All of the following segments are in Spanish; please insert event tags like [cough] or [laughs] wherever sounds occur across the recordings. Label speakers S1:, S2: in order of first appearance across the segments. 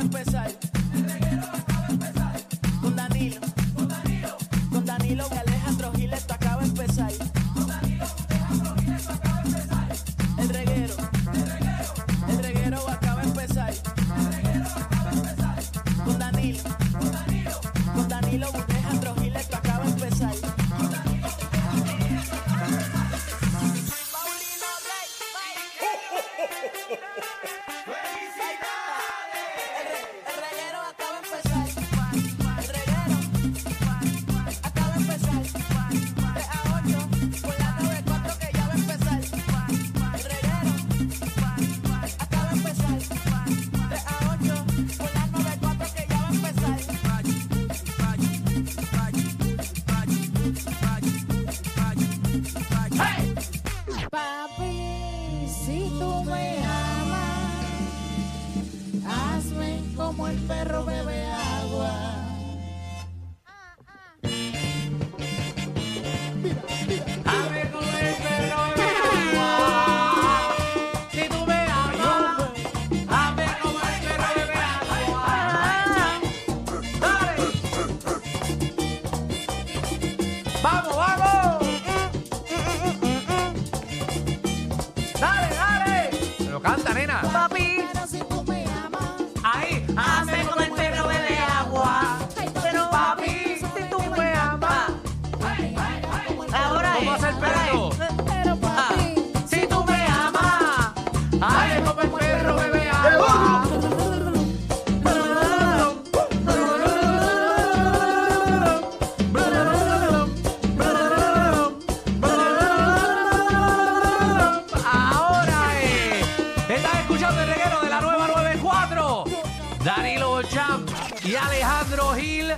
S1: empezar. Con Danilo. Con Danilo y Alejandro Gil, esto acaba de empezar. El reguero. El reguero acaba de empezar. Con Danilo. Con Danilo y Alejandro Gil, esto acaba de empezar. Paulino Rey, El reguero acaba de empezar. El reguero acaba de empezar. 3 a 8 por la 94 que ya va a empezar. El reguero acaba de empezar. 3 a 8 por la 94 que ya va a empezar.
S2: Papi, si tú me amas, hazme como el perro bebe agua.
S3: Hazme como el perro bebe agua. Si tú me amas, hazme como el perro bebe agua. Dale. Vamos, vamos. Dale, dale. Me lo canta, nena. Papi.
S2: Pero si tú me amas,
S3: Ahí, hazme como el perro bebe agua. Pero papi, si tú me amas,
S4: Ahora
S3: ¿cómo
S4: es.
S3: hace el perro? Ah.
S2: pero papi,
S3: Si tú me amas, hazme como el perro ah. bebe agua. Ahora es. Estás escuchando el reguero de la nueva 94. Danilo Bocham y Alejandro Gil.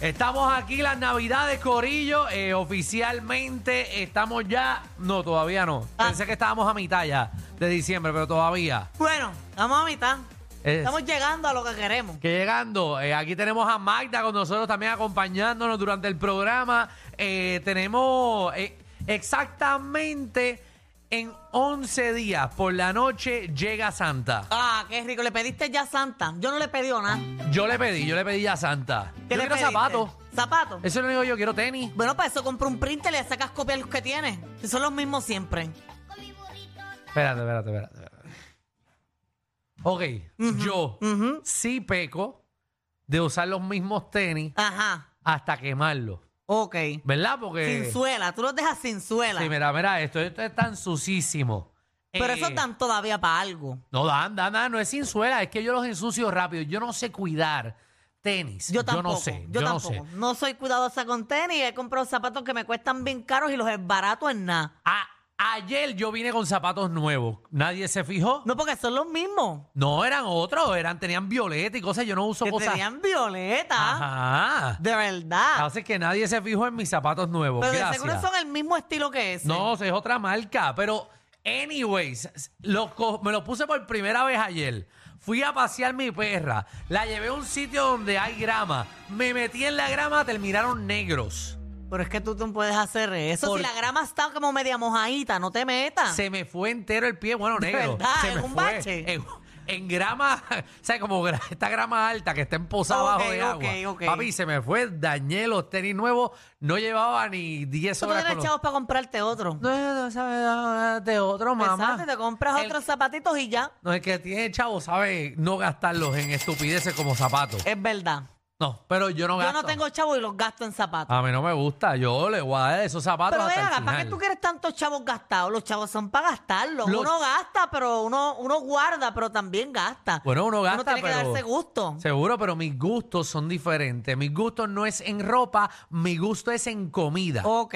S3: Estamos aquí las Navidades, Corillo. Eh, oficialmente estamos ya. No, todavía no.
S4: Ah.
S3: Pensé que estábamos a mitad ya de diciembre, pero todavía.
S4: Bueno, estamos a mitad.
S3: Es-
S4: Estamos llegando a lo que queremos.
S3: que llegando, eh, aquí tenemos a Magda con nosotros también acompañándonos durante el programa. Eh, tenemos eh, exactamente en 11 días por la noche llega Santa.
S4: Ah, qué rico. Le pediste ya Santa. Yo no le he pedido nada.
S3: Yo le pedí, yo le pedí ya Santa.
S4: ¿Qué
S3: Yo
S4: le
S3: quiero
S4: pediste?
S3: zapatos.
S4: ¿Zapatos?
S3: Eso es lo único que yo quiero tenis.
S4: Bueno, para eso compra un printer y le sacas copia de los que tienes. Si son los mismos siempre.
S3: Espérate, espérate, espérate. espérate. Ok, yo
S4: Ujú.
S3: sí peco de usar los mismos tenis
S4: Ajá.
S3: hasta quemarlos.
S4: Ok.
S3: ¿Verdad? Porque.
S4: Sin suela. Tú los dejas sin suela.
S3: Sí, mira, mira esto. Esto es tan sucísimo.
S4: Pero
S3: Eh,
S4: esos dan todavía para algo.
S3: No, dan, dan, dan. No es sin suela. Es que yo los ensucio rápido. Yo no sé cuidar tenis.
S4: Yo tampoco.
S3: no sé. Yo, no
S4: tampoco.
S3: sé.
S4: No soy cuidadosa con tenis. He comprado zapatos que me cuestan bien caros y los barato en nada.
S3: A- ayer yo vine con zapatos nuevos. Nadie se fijó. No,
S4: No, porque son los mismos.
S3: eran otros. Eran, tenían violeta y cosas. Yo no uso
S4: Que
S3: cosas.
S4: tenían violeta.
S3: Ajá.
S4: De verdad.
S3: Hace que nadie se fijó en mis zapatos nuevos.
S4: Pero de
S3: Gracias.
S4: seguro son el mismo estilo que ese.
S3: No, es otra marca. Pero, anyways, los co- me los puse por primera vez ayer. Fui a pasear mi perra. La llevé a un sitio donde hay grama. Me metí en la grama, terminaron negros.
S4: Pero es que tú no puedes hacer eso.
S3: Por-
S4: Si la grama está como media mojadita, no te metas.
S3: Se me fue entero el pie, bueno, negro.
S4: Ah. verdad?
S3: Se
S4: ¿En
S3: me
S4: un
S3: fue.
S4: bache?
S3: En, en grama, [laughs] ¿sabes? Como gra- esta grama alta que está en posada
S4: Ok,
S3: abajo de agua.
S4: ok, ok.
S3: Papi, se me fue, dañé los tenis nuevos. No llevaba ni 10
S4: Tú no
S3: horas con
S4: tienes
S3: los-
S4: chavos para comprarte otro.
S3: No, no, sabes, no, de otro, mamá.
S4: Exacto, te compras
S3: El-
S4: otros zapatitos y ya.
S3: No, el que tiene chavo sabe no gastarlos en estupideces como zapatos.
S4: Es verdad.
S3: No, pero yo no
S4: Yo
S3: gasto.
S4: no tengo chavos y los gasto en zapatos.
S3: A mí no me gusta. Yo le voy a dar esos zapatos
S4: pero
S3: Ah, hasta
S4: venga,
S3: el
S4: ¿para qué
S3: final.
S4: tú quieres tantos chavos gastados? Los chavos son para gastarlos.
S3: Los-
S4: Uno gasta, pero uno, uno guarda, pero también gasta.
S3: Bueno, uno gasta,
S4: Uno tiene que
S3: pero-
S4: darse gusto.
S3: Seguro, pero mis gustos son diferentes. Mi gusto no es en ropa, mi gusto es en comida.
S4: Ok.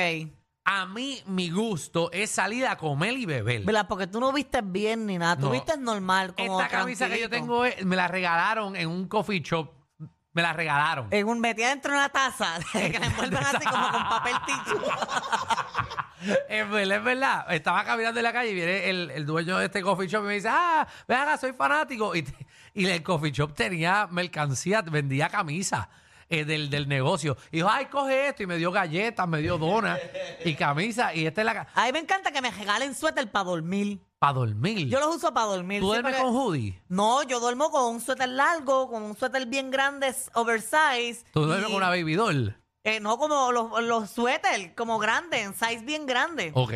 S3: A mí mi gusto es salir a comer y beber.
S4: ¿Verdad? Porque tú no vistes bien ni nada. Tú
S3: No.
S4: vistes normal, como
S3: Esta camisa que yo
S4: tranquilito.
S3: tengo es- me la regalaron en un coffee shop. Me la regalaron.
S4: En un, metida dentro de una taza, [laughs] que la envuelven así como con papel ticho.
S3: Es verdad, es verdad. Estaba caminando en la calle y viene el, el dueño de este coffee shop y me dice, ah, venga, soy fanático. Y, te- y el coffee shop tenía mercancía, vendía camisas. eh, del, del negocio. Y dijo, ay, coge esto. Y me dio galletas, me dio donas y camisa. Y esta es la...
S4: A mí me encanta que me regalen suéter para dormir.
S3: Para dormir.
S4: Yo los uso para dormir.
S3: ¿Tú
S4: sí,
S3: duermes
S4: porque-
S3: con hoodie?
S4: No, yo duermo con un suéter largo, con un suéter bien grande, s- oversize.
S3: ¿Tú duermes
S4: y-
S3: con una baby doll?
S4: eh, no, como los, los suéter, como grande, en size bien grande.
S3: Ok.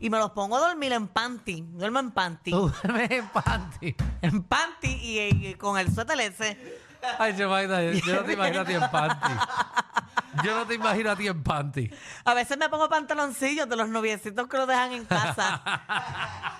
S4: Y me los pongo a dormir en panty. Duermo en panty.
S3: Tú duermes en panty.
S4: En panty y, y con el suéter ese.
S3: Ay, yo, imagino- yo no te imagino a ti en panty. Yo no te imagino a ti en panty.
S4: A veces me pongo pantaloncillos de los noviecitos que lo dejan en casa.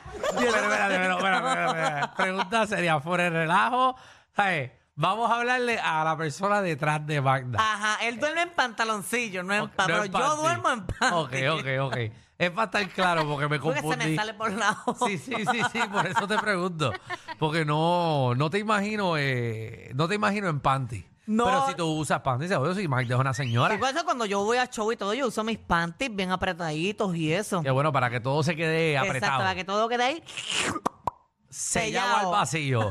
S3: [laughs] Pero, espérate, pero, espérate, espérate, espérate. Pregunta sería, por el relajo, ¿sabes? Vamos a hablarle a la persona detrás de Magda.
S4: Ajá, él duerme en pantaloncillos, Ah, no en
S3: Ok,
S4: pa-
S3: no
S4: pero
S3: en
S4: yo
S3: panty.
S4: duermo en panty.
S3: Ok, ok, ok. Es para estar claro porque me
S4: Porque se me
S3: confundí.
S4: sale por la boca.
S3: Sí, sí, sí, sí, por eso te pregunto. Porque no, no te imagino, eh, no te imagino en panty.
S4: No.
S3: Pero si tú usas panty, seguro si Magda es una señora.
S4: Y por eso cuando yo voy a show y todo, yo uso mis panties bien apretaditos y eso.
S3: Que bueno, para que todo se quede
S4: Exacto,
S3: apretado.
S4: para que todo quede ahí.
S3: sellado al vacío.
S4: Sellado. [laughs]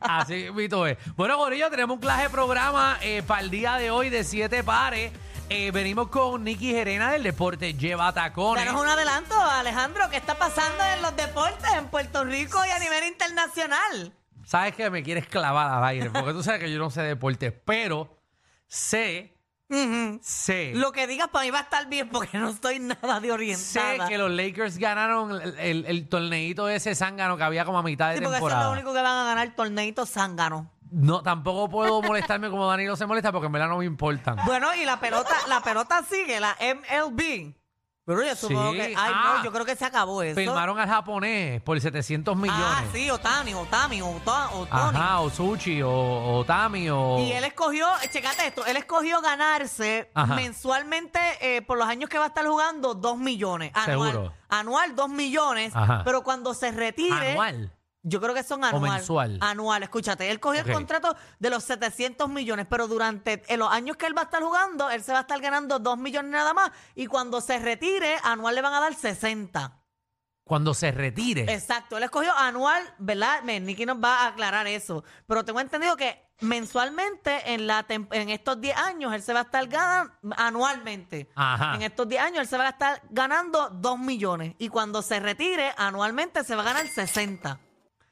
S3: Así mito es. Bueno, Gorillo, tenemos un clase de programa eh, para el día de hoy de siete pares. Eh, venimos con Nicky Gerena del Deporte Lleva Tacones.
S4: Danos un adelanto, Alejandro, ¿qué está pasando en los deportes en Puerto Rico y a nivel internacional?
S3: Sabes que me quieres clavar al aire, porque tú sabes que yo no sé deportes, pero sé,
S4: Ujú.
S3: sé,
S4: Lo que digas para mí va a estar bien porque no estoy nada de
S3: sé
S4: orientada.
S3: que los Lakers ganaron el, el- el torneito ese zángano que había como a mitad de
S4: Sí, porque eso es
S3: temporada.
S4: lo único que van a ganar, torneitos zánganos.
S3: No, tampoco puedo molestarme como Danilo se molesta, porque en verdad no me importan.
S4: Bueno, y
S3: [laughs]
S4: la pelota, la pelota sigue, la MLB. Pero yo supongo
S3: Sí.
S4: que. Ay,
S3: Ah.
S4: no, yo creo que se acabó eso.
S3: Firmaron al japonés por 700 millones.
S4: Ah, sí, Otani, Otami, Ota- Otani.
S3: Ajá, o Sushi, o, o Tami, o...
S4: Y él escogió, eh, checate esto, él escogió ganarse
S3: Ajá.
S4: mensualmente eh, por los años que va a estar jugando, dos millones. Anual.
S3: Seguro.
S4: Anual, dos millones.
S3: Ajá.
S4: Pero cuando se retire.
S3: Anual.
S4: Yo creo que son anual.
S3: mensual.
S4: Anual, escúchate. Él cogió
S3: Ok.
S4: el contrato de los 700 millones, pero durante en los años que él va a estar jugando, él se va a estar ganando 2 millones nada más. Y cuando se retire, anual le van a dar 60.
S3: Cuando se retire.
S4: Exacto. Él escogió anual, ¿verdad? Me- Nicky nos va a aclarar eso. Pero tengo entendido que mensualmente en, la tem- en estos 10 años, él se va a estar ganando anualmente.
S3: Ajá.
S4: En estos 10 años, él se va a estar ganando 2 millones. Y cuando se retire, anualmente se va a ganar 60.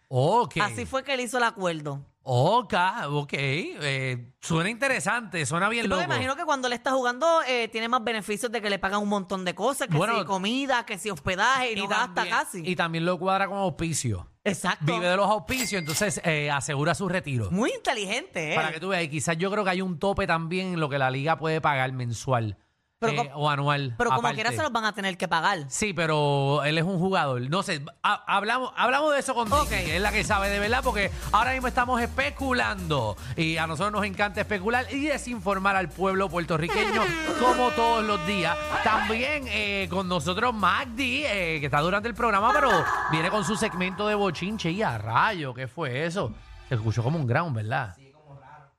S3: Ok.
S4: Así fue que él hizo el acuerdo.
S3: Ok, ok. Eh, suena interesante, suena bien
S4: Sí,
S3: loco.
S4: porque imagino que cuando le está jugando eh, tiene más beneficios de que le pagan un montón de cosas, que
S3: Bueno,
S4: si comida, que si hospedaje, y, no gasta casi.
S3: y también lo cuadra con auspicio.
S4: Exacto.
S3: Vive de los auspicios, entonces eh, asegura su retiro.
S4: Muy inteligente, ¿eh?
S3: Para que tú veas, y quizás yo creo que hay un tope también en lo que la liga puede pagar mensual
S4: Pero
S3: eh,
S4: como-
S3: o anual.
S4: Pero como
S3: aparte.
S4: quiera se los van a tener que pagar.
S3: Sí, pero él es un jugador. No sé, ha- hablamos, hablamos de eso con Nicky,
S4: Ok.
S3: que es la que sabe de verdad, porque ahora mismo estamos especulando. Y a nosotros nos encanta especular y desinformar al pueblo puertorriqueño como todos los días. También eh, con nosotros Magdi, eh, que está durante el programa, pero viene con su segmento de bochinche. Y a rayo, ¿qué fue eso? Se escuchó como un ground, ¿verdad?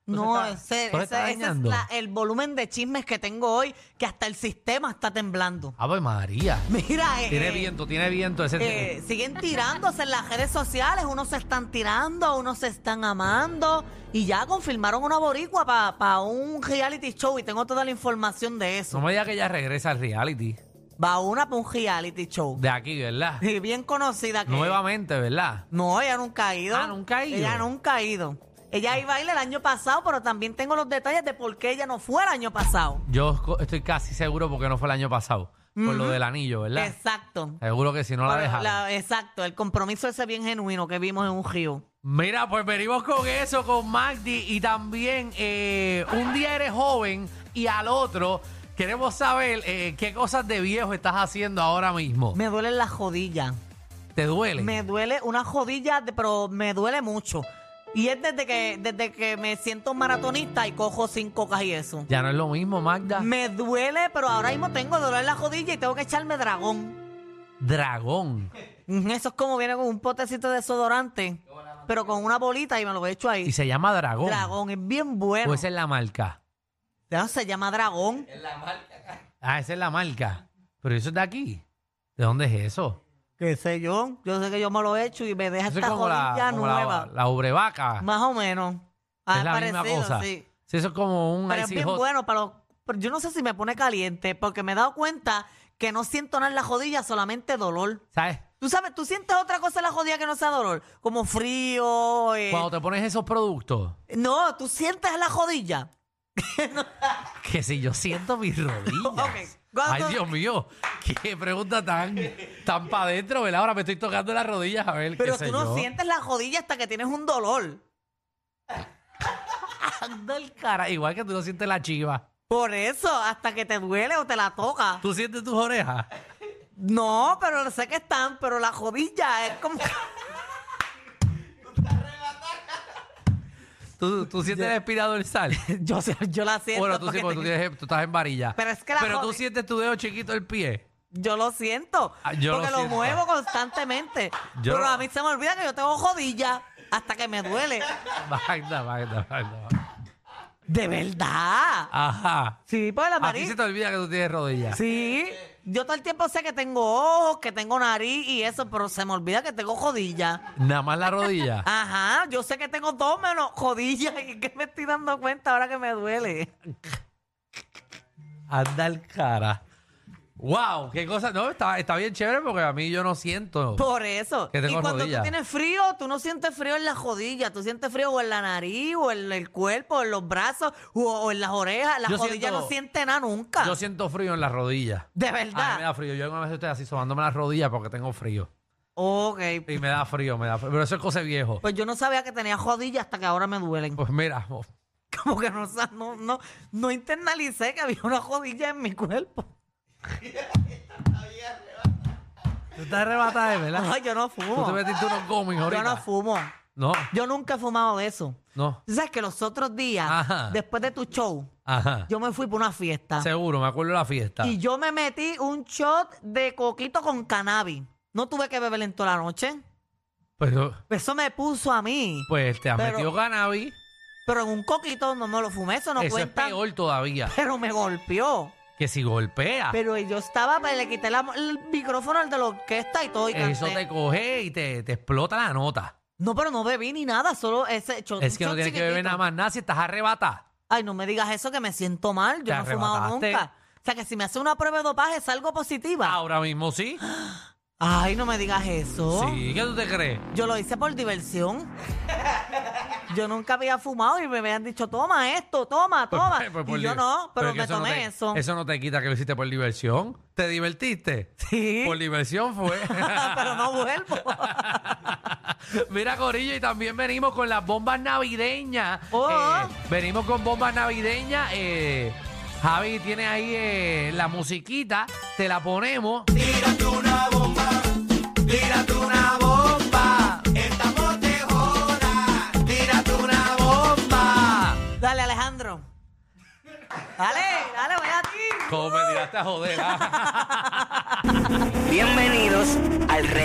S4: No,
S3: estás-
S4: ese,
S3: tú te
S4: ese-
S3: estás
S4: ese es
S3: dañando.
S4: la- el volumen de chismes que tengo hoy, que hasta el sistema está temblando. [laughs]
S3: Ave María.
S4: Mira, eh,
S3: Tiene
S4: eh,
S3: viento, tiene viento ese.
S4: eh, siguen tirándose en las redes sociales, unos se están tirando, unos se están amando y ya confirmaron una boricua para un reality show y tengo toda la información de eso.
S3: no me digas que ya regresa al reality.
S4: Va una para un reality show.
S3: De aquí, ¿verdad?
S4: Y bien conocida que
S3: Nuevamente, ¿verdad?
S4: No, ella nunca ha ido.
S3: Ah, ¿nunca ha ido?
S4: Ella nunca ha ido. Ella iba a ir el año pasado, pero también tengo los detalles de por qué ella no fue el año pasado.
S3: Yo co- estoy casi seguro porque no fue el año pasado. Por lo del anillo, ¿verdad?
S4: Exacto.
S3: Seguro que si no la
S4: Pero
S3: dejaron.
S4: la- exacto, el compromiso ese bien genuino que vimos en un río.
S3: Mira, pues venimos con eso, con Magdi. Y también, eh, un día eres joven y al otro queremos saber eh, qué cosas de viejo estás haciendo ahora mismo.
S4: Me duele la jodilla.
S3: ¿Te duele?
S4: Me duele una jodilla, de- pero me duele mucho. Y es desde que, desde que me siento maratonista y cojo cinco cocas y eso.
S3: Ya no es lo mismo, Magda.
S4: Me duele, pero ahora mismo tengo dolor en la jodilla y tengo que echarme dragón.
S3: Dragón.
S4: Mm, Eso es como viene con un potecito de desodorante, pero con una bolita y me lo echo ahí.
S3: Y Pues se llama Dragón.
S4: Dragón, es bien bueno.
S3: O esa es la marca.
S4: No, se llama dragón.
S3: Ah, esa es la marca. Pero eso es de aquí. ¿De dónde es eso?
S4: ¿Qué sé yo? Yo sé que yo me lo echo y me deja
S3: Eso es
S4: esta
S3: como la,
S4: jodilla
S3: como la-
S4: nueva.
S3: la obrevaca.
S4: Más o menos.
S3: es
S4: Ah,
S3: la misma
S4: parecido,
S3: cosa.
S4: sí.
S3: Sí, eso es como un
S4: Pero es
S3: icy
S4: bien
S3: hot.
S4: bueno para los- pero yo no sé si me pone caliente, porque me he dado cuenta que no siento nada en la rodilla, solamente dolor.
S3: ¿Sabes?
S4: Tú sabes, tú sientes otra cosa en la rodilla que no sea dolor, como frío. eh,
S3: Cuando te pones esos productos,
S4: No, tú sientes en la rodilla.
S3: que si yo siento [laughs] mis rodillas.
S4: Ok, cuando-
S3: Ay, Dios mío, qué pregunta tan, tan para adentro, ¿verdad? Ahora me estoy tocando las rodillas a ver
S4: Pero
S3: qué sé
S4: tú no
S3: yo.
S4: sientes la rodilla hasta que tienes un dolor.
S3: Anda el cara, igual que tú no sientes la chiva.
S4: Por eso, hasta que te duele o te la toca.
S3: ¿Tú sientes tus orejas?
S4: No, pero sé que están, pero la rodilla es como...
S3: ¿Tú, [laughs] tú sientes el aspirador [laughs] sal?
S4: [laughs] yo, sé- yo la siento.
S3: Bueno, tú
S4: porque
S3: sí, porque tú,
S4: te-
S3: tienes- tú estás en varilla.
S4: Pero es que la
S3: tú
S4: jode-
S3: sientes tu dedo chiquito del pie.
S4: Yo lo siento.
S3: Ah, yo lo
S4: porque lo,
S3: siento.
S4: muevo constantemente.
S3: [laughs] Yo
S4: pero
S3: no-
S4: a mí se me olvida que yo tengo rodilla hasta que me duele.
S3: [laughs] Magda, Magda, Magda.
S4: De verdad.
S3: Ajá.
S4: Sí, pues la
S3: A ti se
S4: nariz.
S3: te olvida que tú tienes rodillas.
S4: Sí. Yo todo el tiempo sé que tengo ojos, que tengo nariz y eso, pero se me olvida que tengo rodilla.
S3: Nada más la
S4: [laughs]
S3: rodilla.
S4: Ajá, yo sé que tengo dos menos rodillas y que me estoy dando cuenta ahora que me duele.
S3: Anda el cara. ¡Wow! ¡Qué cosa! No, está, está bien chévere porque a mí yo no siento.
S4: Por eso.
S3: Que tengo
S4: y cuando
S3: rodilla.
S4: tú tienes frío, tú no sientes frío en la rodilla, tú sientes frío o en la nariz, o en el cuerpo, o en los brazos, o, o en las orejas. La
S3: Yo
S4: rodilla
S3: siento-
S4: no siente nada nunca.
S3: Yo siento frío en las rodillas.
S4: De
S3: A mí me
S4: verdad.
S3: da frío. Yo alguna vez estoy así sobándome las rodillas porque tengo frío.
S4: Ok.
S3: Y me da frío, me da frío. Pero eso es cosa de viejo.
S4: Pues yo no sabía que tenía rodillas hasta que ahora me duelen.
S3: Pues mira, oh,
S4: [laughs] Como que no, sa- no, no, no internalicé que había una rodilla en mi cuerpo.
S3: tú estás arrebatada de verdad.
S4: No, yo no
S3: Tú te
S4: fumo.
S3: metiste unos gomis ahorita.
S4: Yo no fumo.
S3: No,
S4: Yo nunca he fumado de eso.
S3: no.
S4: Tú sabes que los otros días,
S3: Ajá.
S4: después de tu show,
S3: Ajá.
S4: yo me fui para una fiesta.
S3: Seguro, me acuerdo de la fiesta.
S4: Y yo me metí un shot de coquito con cannabis. No tuve que beber en toda la noche.
S3: Pero,
S4: Eso me puso a mí.
S3: pues te has
S4: Pero-
S3: metido cannabis.
S4: Pero en un coquito no me lo fumé, eso no
S3: eso
S4: cuenta.
S3: es peor todavía.
S4: Pero me golpeó.
S3: Que si golpea,
S4: Pero yo estaba, pues, le quité la- el micrófono al de la orquesta y todo. Y
S3: eso
S4: canté.
S3: te coge y te, te explota la nota.
S4: No, pero no bebí ni nada, solo ese shot.
S3: Es que
S4: un
S3: no
S4: shot
S3: tienes que beber nada
S4: chiquitito.
S3: más nada si estás arrebatada.
S4: Ay, no me digas eso que me siento mal.
S3: Te
S4: Yo no he fumado
S3: arrebataste.
S4: nunca. O sea, que si me hace una prueba de dopaje, salgo positiva.
S3: Ahora mismo sí.
S4: Ay, no me digas eso.
S3: Sí, ¿qué tú te crees?
S4: Yo lo hice por diversión. Yo nunca había fumado y me habían dicho, toma esto, toma, toma.
S3: Pues, pues, por
S4: y yo
S3: diver-
S4: no, pero,
S3: es que
S4: me tomé
S3: no te-
S4: eso.
S3: Eso no te quita que lo hiciste por diversión. ¿Te divertiste?
S4: Sí,
S3: [laughs] Por diversión fue.
S4: [laughs] pero no vuelvo. [laughs]
S3: Mira, Corillo, y también venimos con las bombas navideñas. Eh,
S4: Oh.
S3: venimos con bombas navideñas. eh, Javi tiene ahí eh, la musiquita, te la ponemos.
S5: Tírate una bomba, tírate una bomba, estamos de joda, tírate una bomba.
S4: dale, Alejandro. Dale, dale, voy a ti.
S3: Como me tiraste a joder. ah.
S6: Bienvenidos al